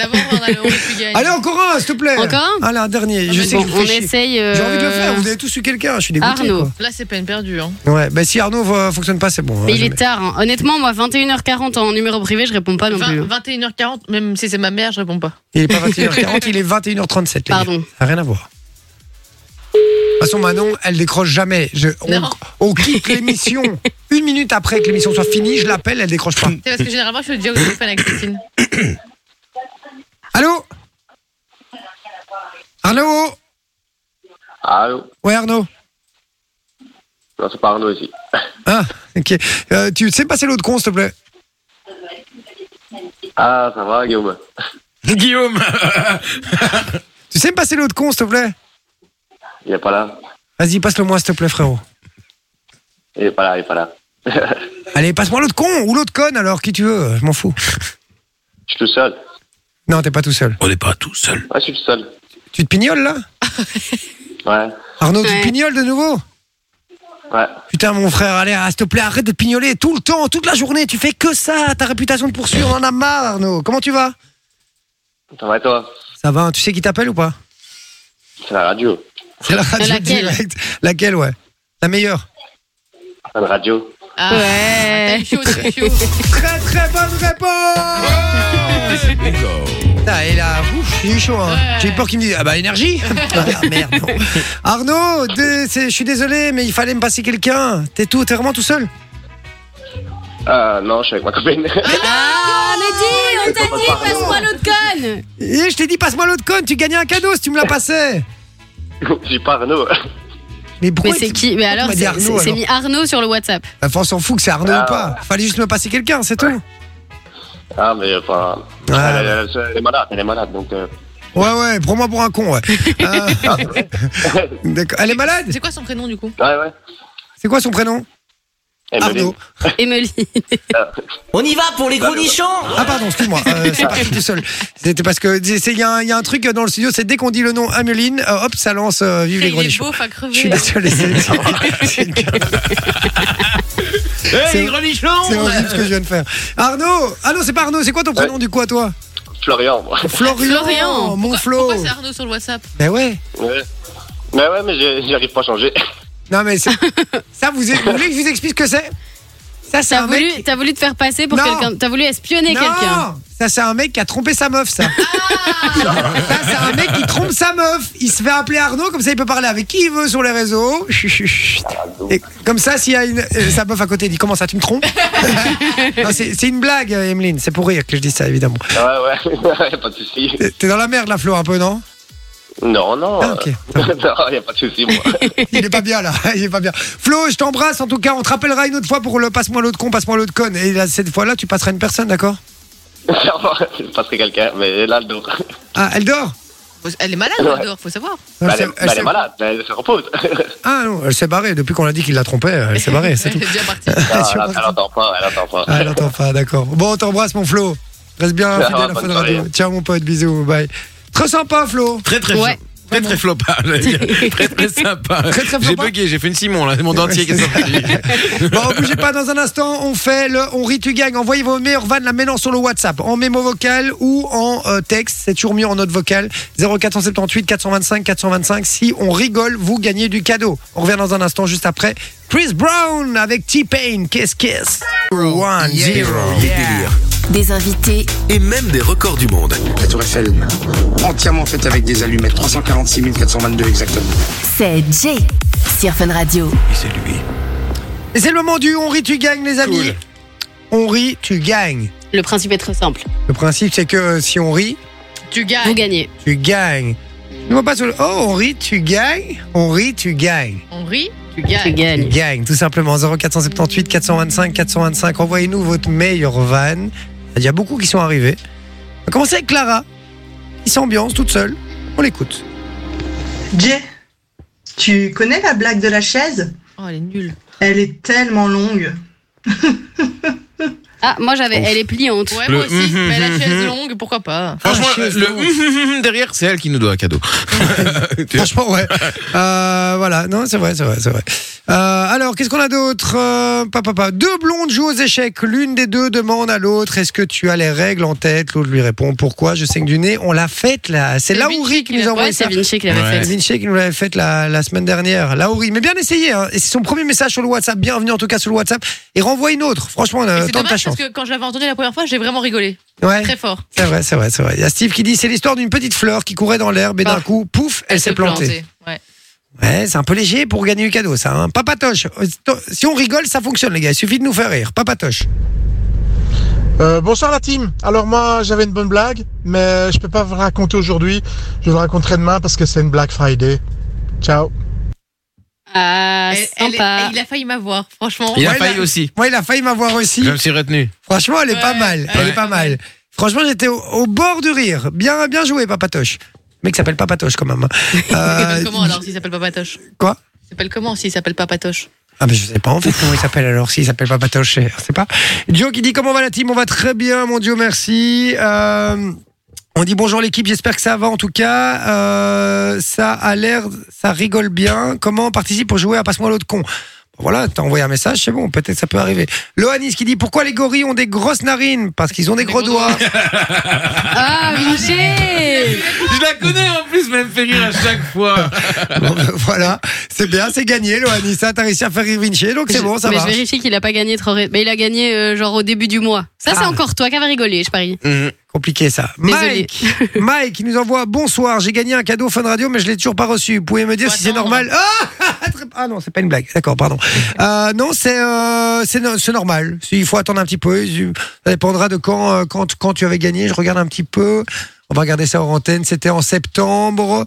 D'abord, on a le Henri, tu gagnes.
Allez, encore un, s'il te plaît.
Encore un Ah,
Allez, un dernier. Je sais
Bon,
que je vous
on
fais chier.
essaye. euh,
J'ai envie de le faire. Vous avez tous eu quelqu'un. Je suis dégoûté.
Arnaud.
Là, c'est peine perdue. Hein.
quoi. Ouais. Bah, si Arnaud ne fonctionne pas, c'est bon. hein,
Mais il
jamais.
est tard. hein. Honnêtement, moi, 21h40 en numéro privé, je réponds pas non plus.
20 21h40, même si c'est ma mère, je réponds pas.
Il est pas 21h40, il est 21h37. les gars.
Pardon.
Ça n'a Rien à voir. De toute façon, Manon, elle décroche jamais. Je- on,
Non.
on quitte l'émission. Une minute après que l'émission soit finie, je l'appelle, elle décroche pas.
C'est parce que généralement, je suis déjà au téléphone avec Christine.
Allô Arnaud
Allô
Ouais, Arnaud.
Non, c'est pas Arnaud ici.
Ah, ok. Euh, tu sais passer l'autre con, s'il te plaît
Ah, ça va, Guillaume
Guillaume
Tu sais me passer l'autre con, s'il te plaît
Il est pas là.
Vas-y, passe-le-moi, s'il te plaît, frérot.
Il est pas là, il est pas là.
Allez, passe-moi l'autre con ou l'autre conne, alors, qui tu veux, je m'en fous.
Je suis tout seul. Ouais,
Non, t'es pas tout seul.
On n'est pas tout seul.
je suis tout seul.
Tu te pignoles, là
Ouais,
Arnaud,
Ouais.
tu pignoles de nouveau
ouais.
Putain, mon frère, allez, ah, s'il te plaît, arrête de pignoler tout le temps, toute la journée. Tu fais que ça. Ta réputation de poursuivre, on en a marre, Arnaud. Comment tu vas
Ça va et toi
Ça va, tu sais qui t'appelle ou pas
C'est la radio.
C'est la radio
Laquelle
directe. Laquelle, ouais. La meilleure.
La radio.
Ah,
Ouais.
t'es chaud, t'es chaud.
Très, très bonne réponse Putain, et là, ouf, j'ai eu chaud. hein.
Ouais.
J'ai eu peur qu'il me dise, ah bah, énergie Ah, merde, non. Arnaud, dé- c'est- je suis désolé, mais il fallait me passer quelqu'un. T'es tout, t'es vraiment tout seul
Ah non, je suis avec ma copine.
Ah, mais dis, on t'a dit,
Pardon.
passe-moi l'autre conne.
Et je t'ai dit, passe-moi l'autre conne, tu gagnais un cadeau si tu me la passais
je suis pas Arnaud.
Mais pourquoi
Mais c'est
tu-
qui Mais
pourquoi tu
alors,
m'as dit
c'est
Arnaud,
c'est- c'est
alors
mis Arnaud sur le WhatsApp.
Enfin, on s'en fout que c'est Arnaud
Ah.
ou pas. Fallait juste me passer quelqu'un, c'est tout.
Ah, mais enfin.
Ah.
Elle, elle- elle- elle est malade, elle est malade donc. euh,
Ouais, ouais, prends-moi pour un con, ouais. Euh,
ouais,
d'accord. Elle est malade
C'est quoi son prénom du coup
Ah, ouais.
C'est quoi son prénom
Elle me
Arnaud.
Emeline.
On y va pour les gros nichons
Ah, pardon, excuse-moi, euh, c'est parti tout seul. C'était parce que c'est- il y, a un- il y a un truc dans le studio, c'est dès qu'on dit le nom Ameline, euh, hop, ça lance euh, Vive les
Il
gros
est
nichons.
beau, à
Je suis
crever.
désolé, c'est c'est une carte,
Hey,
C'est-
Grenichon
c'est horrible ce que je viens de faire. Arnaud Ah non, c'est pas Arnaud, c'est quoi ton prénom du coup à toi
dit Florian, moi.
Florian,
Florian.
Mon Flo
Pourquoi c'est Arnaud sur le WhatsApp
Mais ouais
Ouais. Mais ouais, mais j'ai- j'y arrive pas à changer.
Non, mais c'est- ça, vous, vous voulez que je vous explique ce que c'est Ça, c'est
T'as
un mec.
voulu, t'as voulu te faire passer pour
Non.
quelqu'un. T'as voulu espionner
Non,
quelqu'un.
Ça, c'est un mec qui a trompé sa meuf, ça. ça, c'est un mec qui trompe sa meuf. Il se fait appeler Arnaud, comme ça, il peut parler avec qui il veut sur les réseaux. Chut, chut, chut. Et comme ça, s'il y a une, euh, sa meuf à côté, il dit Comment ça, tu me trompes Non, c'est c'est une blague, euh, Emeline. C'est pour rire que je dis ça, évidemment.
Ah, Ouais, ouais, pas de soucis.
T'es t'es dans la merde, la Flo, un peu, non
Non, non.
Ah, ok.
non, y a pas de soucis, moi.
Il est pas bien, là. Il est pas bien. Flo, je t'embrasse, en tout cas. On te rappellera une autre fois pour le passe-moi l'autre con, passe-moi l'autre conne. Et là, cette fois-là, tu passeras une personne, d'accord
Je passerai quelqu'un, mais là, le dos.
Ah, elle dort
Faut- Elle est malade,
Ouais.
elle dehors, faut savoir.
Bah,
s'est-
elle, bah, elle
s'est-
est malade, elle se repose.
Ah non, elle s'est barrée. Depuis qu'on a dit qu'il la trompait, elle s'est barrée, c'est tout.
Elle est déjà partie.
Non,
suis
Ah, elle,
parti.
elle entend pas, elle entend pas.
Ah, elle entend pas, d'accord. Bon, on t'embrasse, mon Flo. Reste bien
Ça
fidèle
va,
à Fun
Ah, bonne
Radio.
soirée.
Tiens, mon pote, bisous, bye. Très sympa, Flo.
Très très
Ouais.
flop. Très très flopard, j'allais dire. très très sympa.
Très, très
j'ai
flopard.
bugué, j'ai fait une Simon là, c'est mon dentier qui est sorti.
Bon, bougez pas dans un instant. On fait le On rit, tu gagnes. Envoyez vos meilleurs vannes là maintenant sur le WhatsApp, en mémo vocal ou en euh, texte. C'est toujours mieux en note vocale. 0478 425 425. Si on rigole, vous gagnez du cadeau. On revient dans un instant juste après. Chris Brown avec T-Pain. Kiss, kiss. One, zero.
Des invités,
et même des records du monde.
La tour Eiffel, entièrement faite avec des allumettes, 346 422 exactement.
c'est Jay sur Fun Radio.
c'est lui.
Et c'est le moment du On rit, tu gagnes, les amis.
Cool.
On rit, tu gagnes.
Le principe est très simple.
Le principe, c'est que si on rit,
Tu
Vous
gagnes.
gagnez.
tu gagnes. Ne vois pas sur le. Oh, on rit, tu gagnes. On rit, tu gagnes.
On rit,
Tu
tu gagnes.
Tu
gagnes.
gagnes, tout simplement. 0478 425 425. Envoyez-nous votre meilleure vanne. Il y a beaucoup qui sont arrivés. On va commencer avec Clara, qui s'ambiance toute seule. On l'écoute.
Jay, tu connais la blague de la chaise
Oh, elle est nulle.
Elle est tellement longue.
Ah, moi j'avais. Elle est pliante.
Ouais, moi
Le
aussi.
mhm,
mais la chaise
mhm.
longue, pourquoi pas
Franchement,
Ah,
le hum, hum, hum derrière, c'est elle qui nous doit un cadeau.
Franchement, ouais. Euh, voilà, non, c'est vrai, c'est vrai, c'est vrai. Euh, alors, qu'est-ce qu'on a d'autre Euh, pa, pa, pa. Deux blondes jouent aux échecs. L'une des deux demande à l'autre Est-ce que tu as les règles en tête L'autre lui répond Pourquoi Je saigne du nez. On l'a faite là. C'est
C'est
Laouri
Vinci
qui
qui
nous a
l'a-
envoyé
ouais, c'est
ça.
Vinci qui l'avait
Ouais.
C'est
faite.
Vinci qui nous l'avait faite la, la semaine dernière. Laouri. Mais bien essayé. hein. Et c'est son premier message sur le WhatsApp. Bienvenue en tout cas sur le WhatsApp. Et renvoie une autre. Franchement,
Et
euh,
C'est
tente ta
dommage
chance.
parce que quand je l'avais entendu la première fois, j'ai vraiment rigolé.
Ouais.
Très fort.
C'est vrai, c'est vrai, c'est vrai. Il y a Steve qui dit c'est l'histoire d'une petite fleur qui courait dans l'herbe et d'un
Ah.
coup, pouf, elle, s'est
s'est
plantée.
Ouais.
Ouais, c'est un peu léger pour gagner du cadeau, ça. Hein. Papatoche. Euh, to- Si on rigole, ça fonctionne, les gars. Il suffit de nous faire rire. Papatoche.
Euh, bonsoir la team. Alors moi j'avais une bonne blague, mais je peux pas vous la raconter aujourd'hui. Je vous la raconterai demain parce que c'est une Black Friday. Ciao.
Ah,
Elle- elle-
sympa.
elle- il a failli m'avoir, franchement. bah,
Il a
Ouais,
failli
là.
aussi.
Moi, il a failli m'avoir aussi.
Je me suis retenu.
Franchement, elle est pas
Ouais,
mal. Elle
ouais.
est pas mal. Franchement, j'étais au, au bord du rire. Bien, bien joué, Papatoche. Le mec s'appelle Papatoche quand même. hein.
Il s'appelle
Euh,
comment alors s'il s'appelle Papatoche
Quoi
Il s'appelle comment s'il s'appelle Papatoche
Ah mais je sais pas en fait comment il s'appelle alors s'il s'appelle pas Patoche, je sais pas. Joe qui dit comment va la team On va très bien, mon Dieu merci. Euh, on dit bonjour l'équipe, j'espère que ça va en tout cas. Euh, ça a l'air, ça rigole bien. Comment on participe pour jouer à passe-moi l'autre con Bon, voilà, t'as envoyé un message, c'est bon, peut-être ça peut arriver. Loanis qui dit pourquoi les gorilles ont des grosses narines Parce qu'ils ont des gros doigts.
Ah, Vinci
Je la connais en plus, mais elle me fait rire à chaque fois.
Bon, ben, voilà, c'est bien, c'est gagné Loanis, ça t'as réussi à faire rire Vinci, donc c'est bon, ça
Mais
va.
je vérifie qu'il a pas gagné trop. ré- Mais il a gagné euh, genre au début du mois. Ça, c'est
Ah.
encore toi qui avais rigolé, je parie.
Mhm.
Compliqué ça.
Désolée.
Mike, Mike qui nous envoie bonsoir. J'ai gagné un cadeau Fun Radio, mais je l'ai toujours pas reçu. Vous pouvez me
Bah
dire
Faut
si c'est
attendre.
normal. Ah, Très- ah non, c'est pas une blague. D'accord, pardon. Euh, non, c'est euh, c'est no- c'est normal. Il faut attendre un petit peu. Ça dépendra de quand euh, quand quand tu avais gagné. Je regarde un petit peu. On va regarder ça en antenne. C'était en septembre.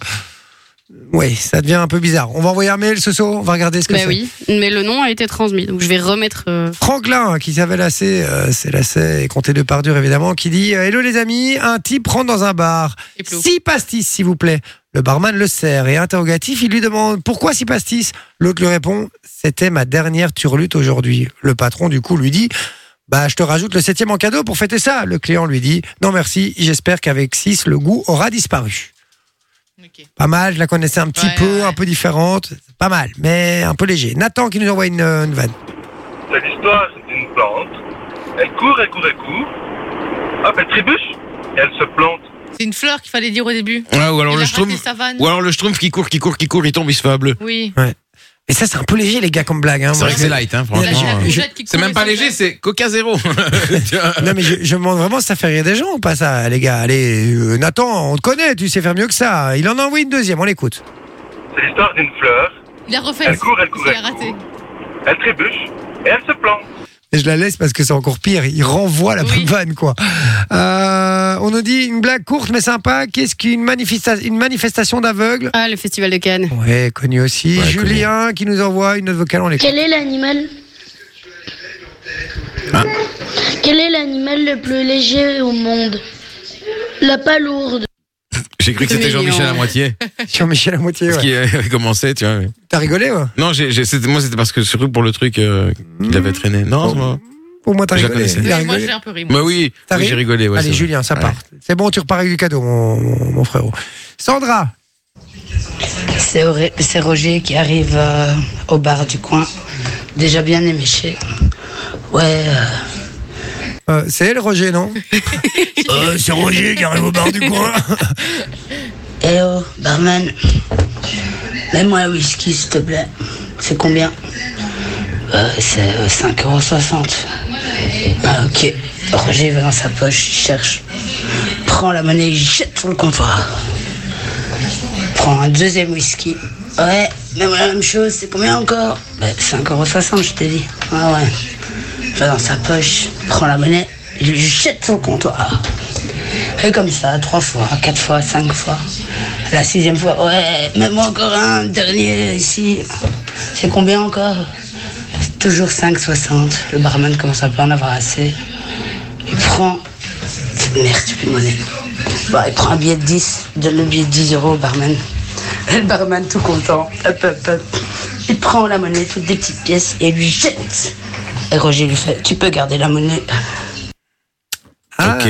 Oui, ça devient un peu bizarre. On va envoyer un mail ce soir. On va regarder ce que
Bah
c'est.
oui, mais le nom a été transmis, donc je vais remettre. euh,
Franklin, qui s'avait lassé, euh, c'est lassé et compté de par dur évidemment, qui dit euh, Hello les amis, un type rentre dans un bar.
Et plus haut.
Six pastis, s'il vous plaît. Le barman le sert et interrogatif, il lui demande Pourquoi six pastis L'autre lui répond C'était ma dernière turlute aujourd'hui. Le patron, du coup, lui dit bah, je te rajoute le septième en cadeau pour fêter ça. Le client lui dit Non, merci, j'espère qu'avec 6, le goût aura disparu.
Ok.
Pas mal, je la connaissais un petit
Ouais,
peu,
ouais.
un peu différente. Pas mal, mais un peu léger. Nathan qui nous envoie une, euh, une vanne.
C'est l'histoire d'une plante. Elle court, elle court, elle court. Hop, elle trébuche. Elle se plante.
C'est une fleur qu'il fallait dire au début.
Ouais, ou alors
il
le
a raté
schtroumpf.
sa vanne.
Ou alors le schtroumpf qui court, qui court, qui court, il tombe, il se fait un bleu.
Oui.
Et ça, c'est un peu léger, les gars, comme blague. Hein,
C'est
Moi,
vrai que c'est light, hein,
La, Ah, la
franchement.
courgette qui
C'est
court
même
et
pas
se
léger,
fait.
c'est Coca Zéro.
Non mais je, je me demande vraiment si ça fait rire des gens ou pas ça, les gars. Allez, euh, Nathan, on te connaît, tu sais faire mieux que ça. Il en a envoyé une deuxième, on l'écoute.
C'est l'histoire d'une fleur.
Il a refait.
Elle court, elle court,
Il
elle
a raté.
court. Elle trébuche. Et elle se plante.
Et je la laisse parce que c'est encore pire. Il renvoie la
Oui.
bonne vanne, quoi. Euh, on nous dit une blague courte mais sympa. Qu'est-ce qu'une manifesta- une manifestation d'aveugles
Ah, le festival de Cannes.
Ouais, connu aussi.
Ouais,
Julien qui nous envoie une note vocale, on l'écoute.
Quel est l'animal
Hein
Quel est l'animal le plus léger au monde La palourde.
J'ai cru que
C'est
c'était
mignon.
Jean-Michel à moitié.
Jean-Michel à moitié,
Parce
ouais.
qu'il avait commencé, tu vois. mais-
T'as rigolé, ouais
Non, j'ai, j'ai- c'était- moi c'était parce que surtout pour le truc euh, qu'il
Mm.
avait traîné. Non, c'est moi.
Au moins t'as
Je la
rigolé.
connaissais.
Il a
Oui, moi
rigolé.
j'ai un peu ri. moi.
Bah oui,
T'as
oui,
ri
j'ai rigolé. Ouais,
Allez
c'est vrai.
Julien, ça
Ouais.
part. C'est bon, tu repars avec du cadeau, mon, mon, mon frérot. Sandra,
C'est Auré- c'est Roger qui arrive euh, au bar du coin, déjà bien éméché. Ouais, euh,
euh, c'est elle, Roger, non
Euh, c'est Roger qui arrive au bar du coin.
eh oh, barman, mets-moi un whisky s'il te plaît. C'est combien Euh, C'est euh, 5,60€. Ah ok, Roger va dans sa poche, il cherche. Prends la monnaie, il jette sur le comptoir. Prends un deuxième whisky. Ouais, même la même chose, c'est combien encore Ben, 5,60€, je t'ai dit. Ah ouais. Va dans sa poche, prends la monnaie, il lui jette sur le comptoir. Et comme ça, trois fois, quatre fois, cinq fois. La sixième fois, ouais, même encore un dernier ici. C'est combien encore Toujours 5,60. Le barman commence à pas en avoir assez. Il prend. Merde, j'ai plus de monnaie. Bah, il prend un billet de 10, donne le billet de 10 euros au barman. Et le barman tout content. Hop, hop, hop. Il prend la monnaie, toutes des petites pièces, et lui jette. Et Roger lui fait Tu peux garder la monnaie.
Ah,
Ok.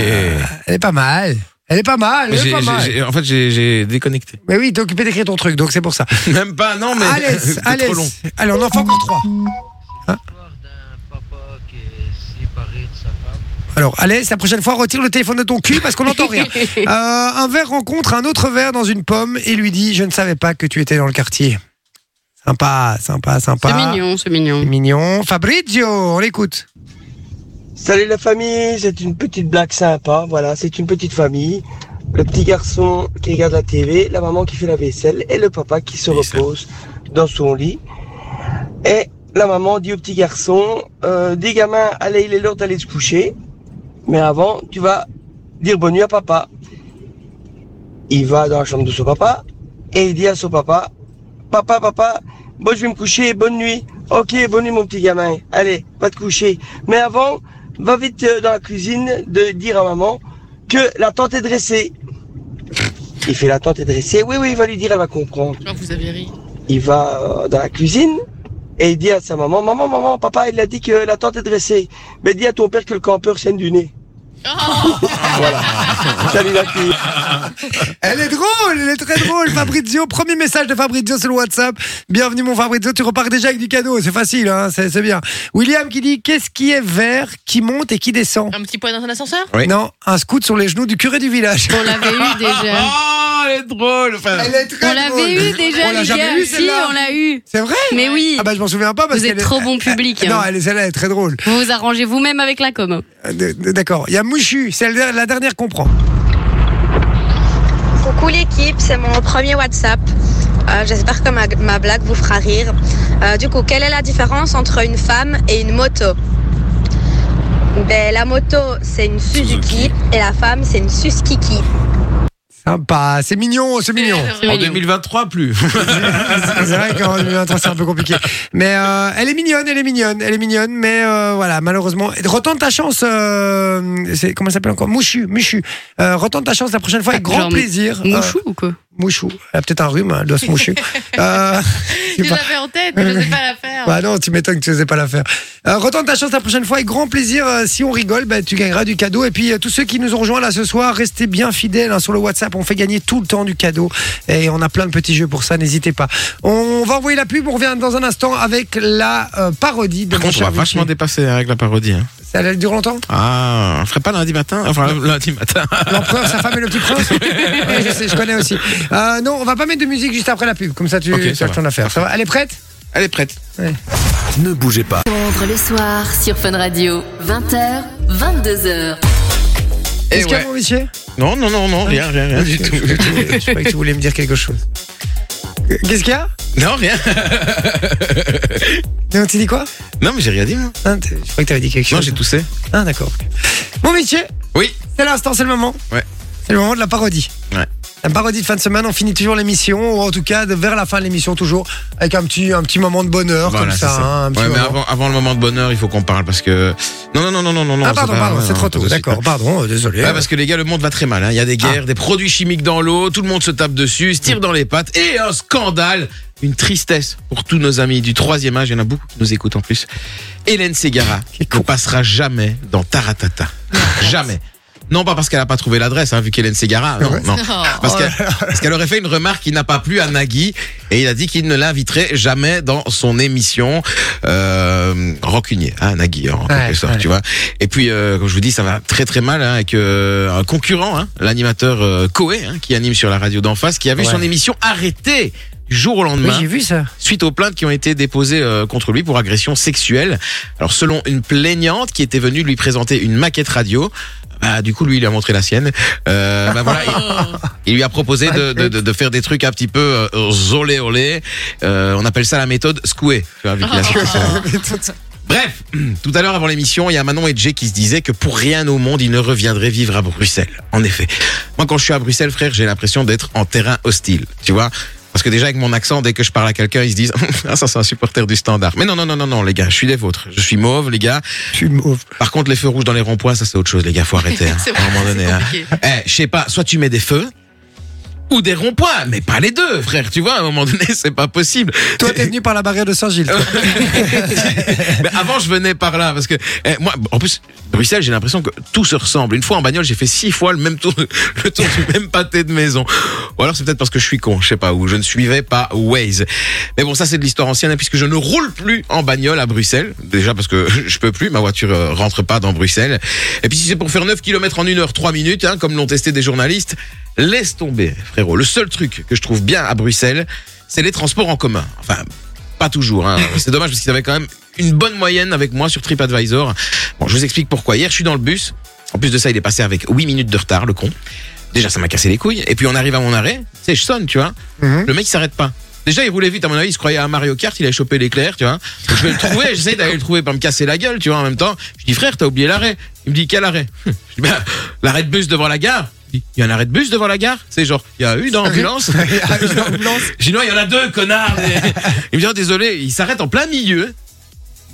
Elle est pas mal. Elle est pas mal. Elle est
J'ai-
pas
j'ai-
mal.
j'ai- En fait, j'ai- j'ai déconnecté.
Mais oui, t'es occupé d'écrire ton truc, donc c'est pour ça.
Même pas, non, mais.
Alès,
c'est
Alès.
trop long.
Allez, on en fait encore trois. Alors, Alès, la prochaine fois, retire le téléphone de ton cul parce qu'on n'entend rien. Euh, un verre rencontre un autre verre dans une pomme et lui dit Je ne savais pas que tu étais dans le quartier. Sympa, sympa, sympa.
C'est mignon, c'est mignon.
C'est mignon. Fabrizio, on l'écoute.
Salut la famille, c'est une petite blague sympa, voilà, c'est une petite famille. Le petit garçon qui regarde la TV, la maman qui fait la vaisselle et le papa qui se repose dans son lit. Et la maman dit au petit garçon, euh, dis gamin, allez, il est l'heure d'aller se coucher, mais avant, tu vas dire bonne nuit à papa. Il va dans la chambre de son papa et il dit à son papa, papa, papa, bon, je vais me coucher, bonne nuit. Ok, bonne nuit mon petit gamin, allez, va te coucher. Mais avant, va vite euh, dans la cuisine de dire à maman que la tente est dressée. Il fait la tente est dressée, oui, oui, il va lui dire, elle va comprendre.
Non, vous avez ri.
Il va euh, dans la cuisine et il dit à sa maman, maman, maman, papa, il a dit que la tente est dressée. Mais dis à ton père que le campeur saigne du nez. voilà. Salut la fille.
Elle est drôle, elle est très drôle, Fabrizio. Premier message de Fabrizio sur le WhatsApp. Bienvenue, mon Fabrizio. Tu repars déjà avec du cadeau. C'est facile, hein, c'est c'est bien. William qui dit Qu'est-ce qui est vert, qui monte et qui descend
Un petit poids dans un ascenseur
Non, un scout sur les genoux du curé du village.
On l'avait eu déjà.
Oh, elle est drôle. Enfin,
Elle est très
on l'avait
drôle.
eu déjà,
On l'a
les
jamais
gars.
eu,
si,
celle-là.
on l'a eu.
C'est vrai
Mais oui.
Ah bah je m'en souviens pas parce
Vous
que
êtes trop bon public,
Non,
hein.
elle, celle-là elle est très drôle.
Vous vous arrangez vous-même avec la com. hein.
Euh, d- d- D'accord. Il y a Mouchu, c'est la la dernière qu'on prend.
Coucou l'équipe, c'est mon premier WhatsApp. Euh, J'espère que ma, ma blague vous fera rire. Euh, du coup, quelle est la différence entre une femme et une moto ben, La moto, c'est une Suzuki et la femme, c'est une Suskiki.
Sympa, c'est mignon, c'est mignon.
En 2023, plus.
C'est vrai qu'en 2023, c'est un peu compliqué. Mais euh, elle est mignonne, elle est mignonne, elle est mignonne. Mais euh, voilà, malheureusement. Retente ta chance. euh, c'est comment ça s'appelle encore Mouchu, Mouchu. Euh, retente ta chance la prochaine fois avec grand
Genre,
plaisir.
Mouchou
Euh,
ou quoi
Mouchou. Elle a peut-être un rhume, hein, elle doit se moucher. Euh, je
Je
sais pas.
l'avais en tête, mais je sais pas la faire.
Bah non, tu m'étonnes que tu ne sais pas la faire. Euh, retente ta chance la prochaine fois avec grand plaisir. Euh, si on rigole, bah, tu gagneras du cadeau. Et puis euh, tous ceux qui nous ont rejoints là ce soir, restez bien fidèles hein, sur le WhatsApp. On fait gagner tout le temps du cadeau. Et on a plein de petits jeux pour ça, n'hésitez pas. On va envoyer la pub, on revient dans un instant avec la euh, parodie de
Par
mon
contre, on
cher
va vachement
Ruquier.
dépasser la règle de la parodie. hein.
Ça allait durer longtemps
Ah, on ferait pas lundi matin Enfin, lundi matin.
L'empereur, sa femme et le petit prince Ouais, je, sais, je connais aussi. Euh, non, on va pas mettre de musique juste après la pub. Comme ça, tu
Ok,
tu
ça
as le
va.
temps de la faire. Ça va Elle est prête
Elle est prête.
Ne bougez pas.
Londres le soir sur Fun Radio, 20h, 22h.
Eh
Est-ce qu'il y a
ouais.
mon monsieur
Non, non, non, non, rien, rien, rien Hein, du tout.
Je croyais que tu voulais me dire quelque chose. Qu'est-ce qu'il y a
Non, rien.
Non, tu dis quoi
Non, mais j'ai rien dit, moi.
Hein, t'es- Je croyais que t'avais dit quelque chose.
Non, j'ai toussé.
Ah, d'accord. Mon métier
Oui.
C'est l'instant, c'est le moment.
Ouais.
C'est le moment de la parodie.
Ouais.
La parodie de fin de semaine, on finit toujours l'émission, ou en tout cas de- vers la fin de l'émission, toujours, avec un petit, un petit moment de bonheur,
Voilà,
comme
c'est
ça. hein, un petit
Ouais, mais
moment.
avant, avant le moment de bonheur, il faut qu'on parle parce que. Non, non, non, non, non, non. non,
ah,
c'est
pardon,
pas-
pardon,
ouais,
c'est
non,
trop
pas
tôt.
possible.
D'accord, pardon, euh, désolé.
Ouais, parce que les gars, le monde va très mal. hein. Il y a des guerres, des produits chimiques dans l'eau, tout le monde se tape dessus, se tire dans les pattes et un scandale, une tristesse pour tous nos amis du troisième âge. Il y en a beaucoup qui nous écoutent en plus. Hélène Ségara ne passera jamais dans Taratata. jamais. Non, pas parce qu'elle n'a pas trouvé l'adresse, hein, vu qu'Hélène Ségara. Non, non.
Oh,
Parce qu'elle parce qu'elle aurait fait une remarque qui n'a pas plu à Nagui et il a dit qu'il ne l'inviterait jamais dans son émission euh, rancunier, hein, Nagui en quelque sorte, tu vois. Et puis, euh, comme je vous dis, ça va très très mal hein, avec euh, un concurrent, hein, l'animateur euh, Coé, hein, qui anime sur la radio d'en face, qui a vu
Ouais.
son émission arrêtée du jour au
Oui,
lendemain
j'ai vu ça.
suite aux plaintes qui ont été déposées euh, contre lui pour agression sexuelle. Alors selon une plaignante qui était venue lui présenter une maquette radio, bah, du coup lui il a montré la sienne. Euh, bah, voilà, il, il lui a proposé de, de, de- de faire des trucs un petit peu euh, zolé olé. Euh, on appelle ça la méthode secouée. tu vois, vu que la situation- Bref, tout à l'heure avant l'émission, il y a Manon et Jay qui se disaient que pour rien au monde, ils ne reviendraient vivre à Bruxelles. En effet. Moi, quand je suis à Bruxelles, frère, j'ai l'impression d'être en terrain hostile. Tu vois Parce que déjà, avec mon accent, dès que je parle à quelqu'un, ils se disent Ah, ça, c'est un supporter du standard. Mais non, non, non, non, non, les gars, je suis des vôtres. Je suis mauve, les gars.
Je suis mauve.
Par contre, les feux rouges dans les ronds-points, ça, c'est autre chose, les gars. Faut arrêter. hein,
C'est
à un moment donné. hein.
compliqué.
Eh, je sais pas, soit tu mets des feux, ou des ronds-points, mais pas les deux, frère. Tu vois, à un moment donné, c'est pas possible.
Toi, t'es venu par la barrière de Saint-Gilles. toi.
Mais avant, je venais par là parce que eh, moi, en plus, Bruxelles, j'ai l'impression que tout se ressemble. Une fois en bagnole, j'ai fait six fois le même tour, le tour du même pâté de maison. Ou alors c'est peut-être parce que je suis con, je sais pas où. Je ne suivais pas Waze. Mais bon, ça c'est de l'histoire ancienne hein, puisque je ne roule plus en bagnole à Bruxelles. Déjà parce que je peux plus, ma voiture euh, rentre pas dans Bruxelles. Et puis si c'est pour faire 9 km en 1 heure 3 minutes, hein, comme l'ont testé des journalistes, laisse tomber, frérot. Le seul truc que je trouve bien à Bruxelles, c'est les transports en commun. Enfin, pas toujours. hein. C'est dommage parce qu'ils avaient quand même une bonne moyenne avec moi sur TripAdvisor. Bon, je vous explique pourquoi. Hier, je suis dans le bus. En plus de ça, il est passé avec 8 minutes de retard, le con. Déjà, ça m'a cassé les couilles. Et puis, on arrive à mon arrêt. Tu sais, je sonne, tu vois. Le mec, il s'arrête pas. Déjà, il roulait vite, à mon avis, il se croyait à Mario Kart, il a chopé l'éclair, tu vois. Donc, je vais le trouver, j'essaie d'aller le trouver pour me casser la gueule, tu vois, en même temps. Je dis, frère, t'as oublié l'arrêt. Il me dit, quel arrêt Je dis, bah, l'arrêt de bus devant la gare. Il dit, Il y a un arrêt de bus devant la gare C'est genre, il y a une ambulance J'ai dit, non, il y en a deux, connard mais- Il me dit, oh, désolé, il s'arrête en plein milieu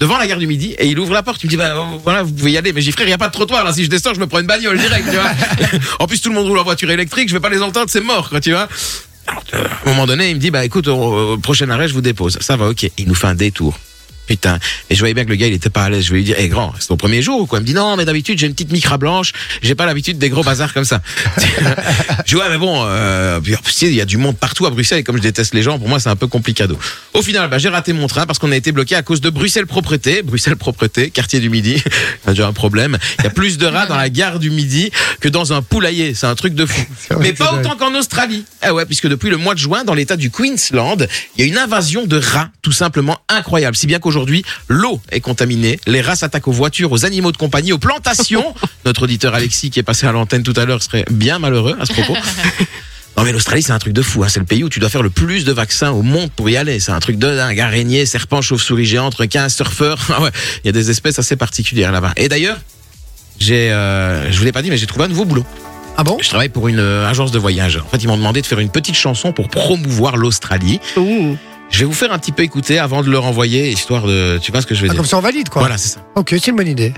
devant la gare du Midi et il ouvre la porte. Il me dit bah, euh, voilà vous pouvez y aller. Mais j'ai dit, frère il y a pas de trottoir là. Si je descends je me prends une bagnole direct. Tu vois en plus tout le monde roule en voiture électrique. Je vais pas les entendre c'est mort quoi tu vois. Alors, euh, à un moment donné il me dit bah écoute au, au prochain arrêt je vous dépose. Ça va ok. Il nous fait un détour. Putain, et je voyais bien que le gars il était pas à l'aise. Je vais lui dire, hé grand, c'est ton premier jour ou quoi Il me dit non, mais d'habitude j'ai une petite micra blanche, j'ai pas l'habitude des gros bazars comme ça. je dis ouais, mais bon, euh, puis, tu sais, il y a du monde partout à Bruxelles et comme je déteste les gens, pour moi c'est un peu complicado. Au final, bah, j'ai raté mon train parce qu'on a été bloqué à cause de Bruxelles propreté, Bruxelles propreté, quartier du Midi. C'est déjà un problème. Il y a plus de rats dans la gare du Midi que dans un poulailler, c'est un truc de fou.
Ah
mais pas autant qu'en Australie. Ah ouais, puisque depuis le mois de juin, dans l'État du Queensland, il y a une invasion de rats tout simplement incroyable. Si bien qu'aujourd'hui, l'eau est contaminée, les rats s'attaquent aux voitures, aux animaux de compagnie, aux plantations. Notre auditeur Alexis, qui est passé à l'antenne tout à l'heure, serait bien malheureux à ce propos. Non mais l'Australie c'est un truc de fou, hein. c'est le pays où tu dois faire le plus de vaccins au monde pour y aller, c'est un truc de dingue, araignées, serpents, chauves-souris géantes, requins, surfeurs, Ah ouais, il y a des espèces assez particulières là-bas. Et d'ailleurs, j'ai, euh, je vous l'ai pas dit, mais j'ai trouvé un nouveau boulot.
Ah bon
Je travaille pour une euh, agence de voyage. En fait, ils m'ont demandé de faire une petite chanson pour promouvoir l'Australie. Je vais vous faire un petit peu écouter avant de leur envoyer, histoire de, tu vois ce que je veux
Ah,
dire.
comme ça on valide quoi.
Voilà, c'est ça.
Ok, c'est une bonne idée.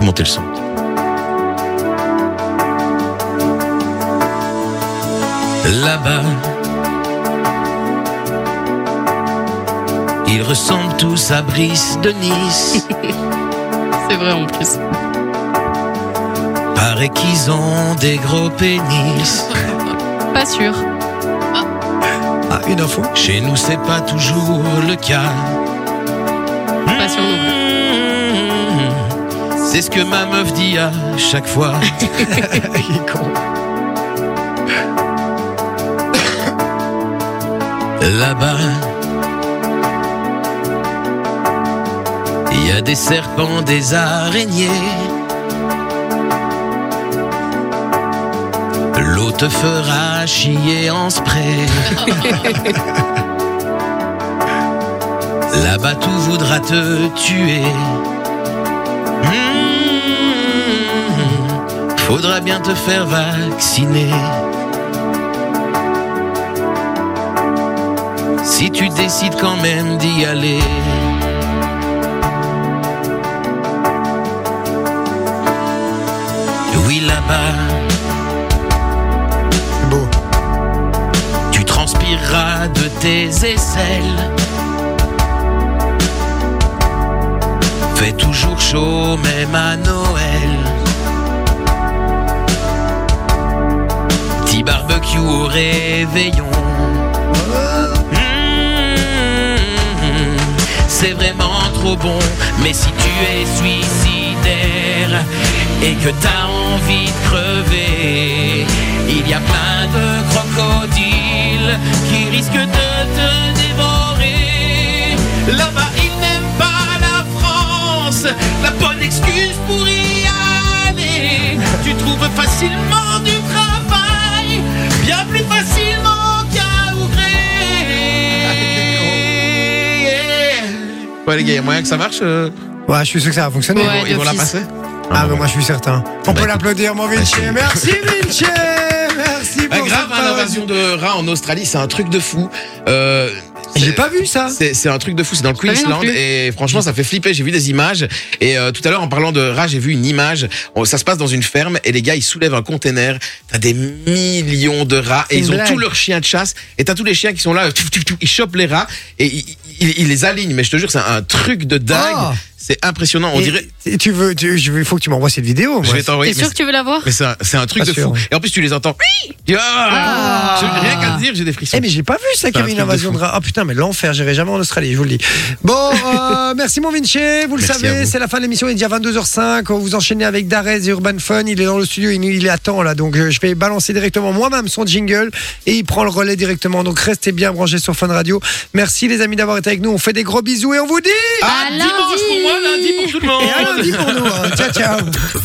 Montez le son.
là-bas. Ils ressemblent tous à Brice de Nice.
C'est vrai en plus.
Paraît qu'ils ont des gros pénis.
Pas sûr.
Ah, une info.
Chez nous, c'est pas toujours le cas.
Pas sûr non plus.
C'est ce que ma meuf dit à chaque fois. Là-bas, il y a des serpents, des araignées. L'eau te fera chier en spray. Là-bas, tout voudra te tuer. Hmm. Mmh, faudra bien te faire vacciner. Si tu décides quand même d'y aller. Oui, là-bas.
Beau.
Tu transpireras de tes aisselles. Fait toujours chaud, même à Noël. Petit barbecue au réveillon. Mmh, C'est vraiment trop bon, mais si tu es suicidaire et que t'as envie de crever, il y a plein de crocodiles qui risquent de te dévorer. Là-bas, ils n'aiment pas la France, la bonne excuse pour y aller. Tu trouves facilement du travail, bien plus facilement qu'à Ougré.
Ouais les gars, il y a moyen que ça marche euh
Ouais, je suis sûr que ça va fonctionner.
Ils vont- ils vont la passer
Ah, mais moi je suis certain. On peut l'applaudir, mon Vinci. Merci, Vinci. Merci
Bah, grave,
pour cette
hein,
parodie.
l'invasion de rats en Australie, c'est un truc de fou. Euh,
J'ai pas vu ça.
C'est c'est un truc de fou. C'est dans le
pas vu non
Queensland
plus.
et franchement, ça fait flipper. J'ai vu des images et euh, tout à l'heure en parlant de rats, j'ai vu une image. On- Ça se passe dans une ferme et les gars ils soulèvent un container. T'as des millions de rats et
C'est
ils
une
ont
blague.
tous leurs chiens de chasse et t'as tous les chiens qui sont là. euh, touf, touf, touf, ils chopent les rats et ils, ils- ils les alignent. Mais je te jure, c'est un truc de dingue.
Oh.
C'est impressionnant. On
Et-
dirait.
et tu veux, tu- je veux- il faut que tu m'envoies cette vidéo.
Je
moi.
vais t'envoyer.
T'es sûr que tu veux la voir
Mais c'est un, c'est un truc
Pas
de
sûr.
fou. Et en plus, tu les entends. Oui
Ah.
J'ai rien qu'à te dire, j'ai des frissons.
Eh mais j'ai pas vu ça
C'est
qu'il
un
y avait une
truc de
invasion
fou.
de rats. Ah putain mais l'enfer, j'irai jamais en Australie, je vous le dis. Bon, euh, merci mon Vinci, vous le
Merci à
savez,
vous.
c'est la fin de l'émission, il est déjà 22h05, on vous enchaînez avec Darès et Urban Fun, il est dans le studio, il, il attend là, donc euh, je vais balancer directement moi-même son jingle et il prend le relais directement, donc restez bien branchés sur Fun Radio. Merci les amis d'avoir été avec nous, on fait des Ah, gros bisous et on vous dit
À lundi.
Et à lundi pour nous, hein. ciao ciao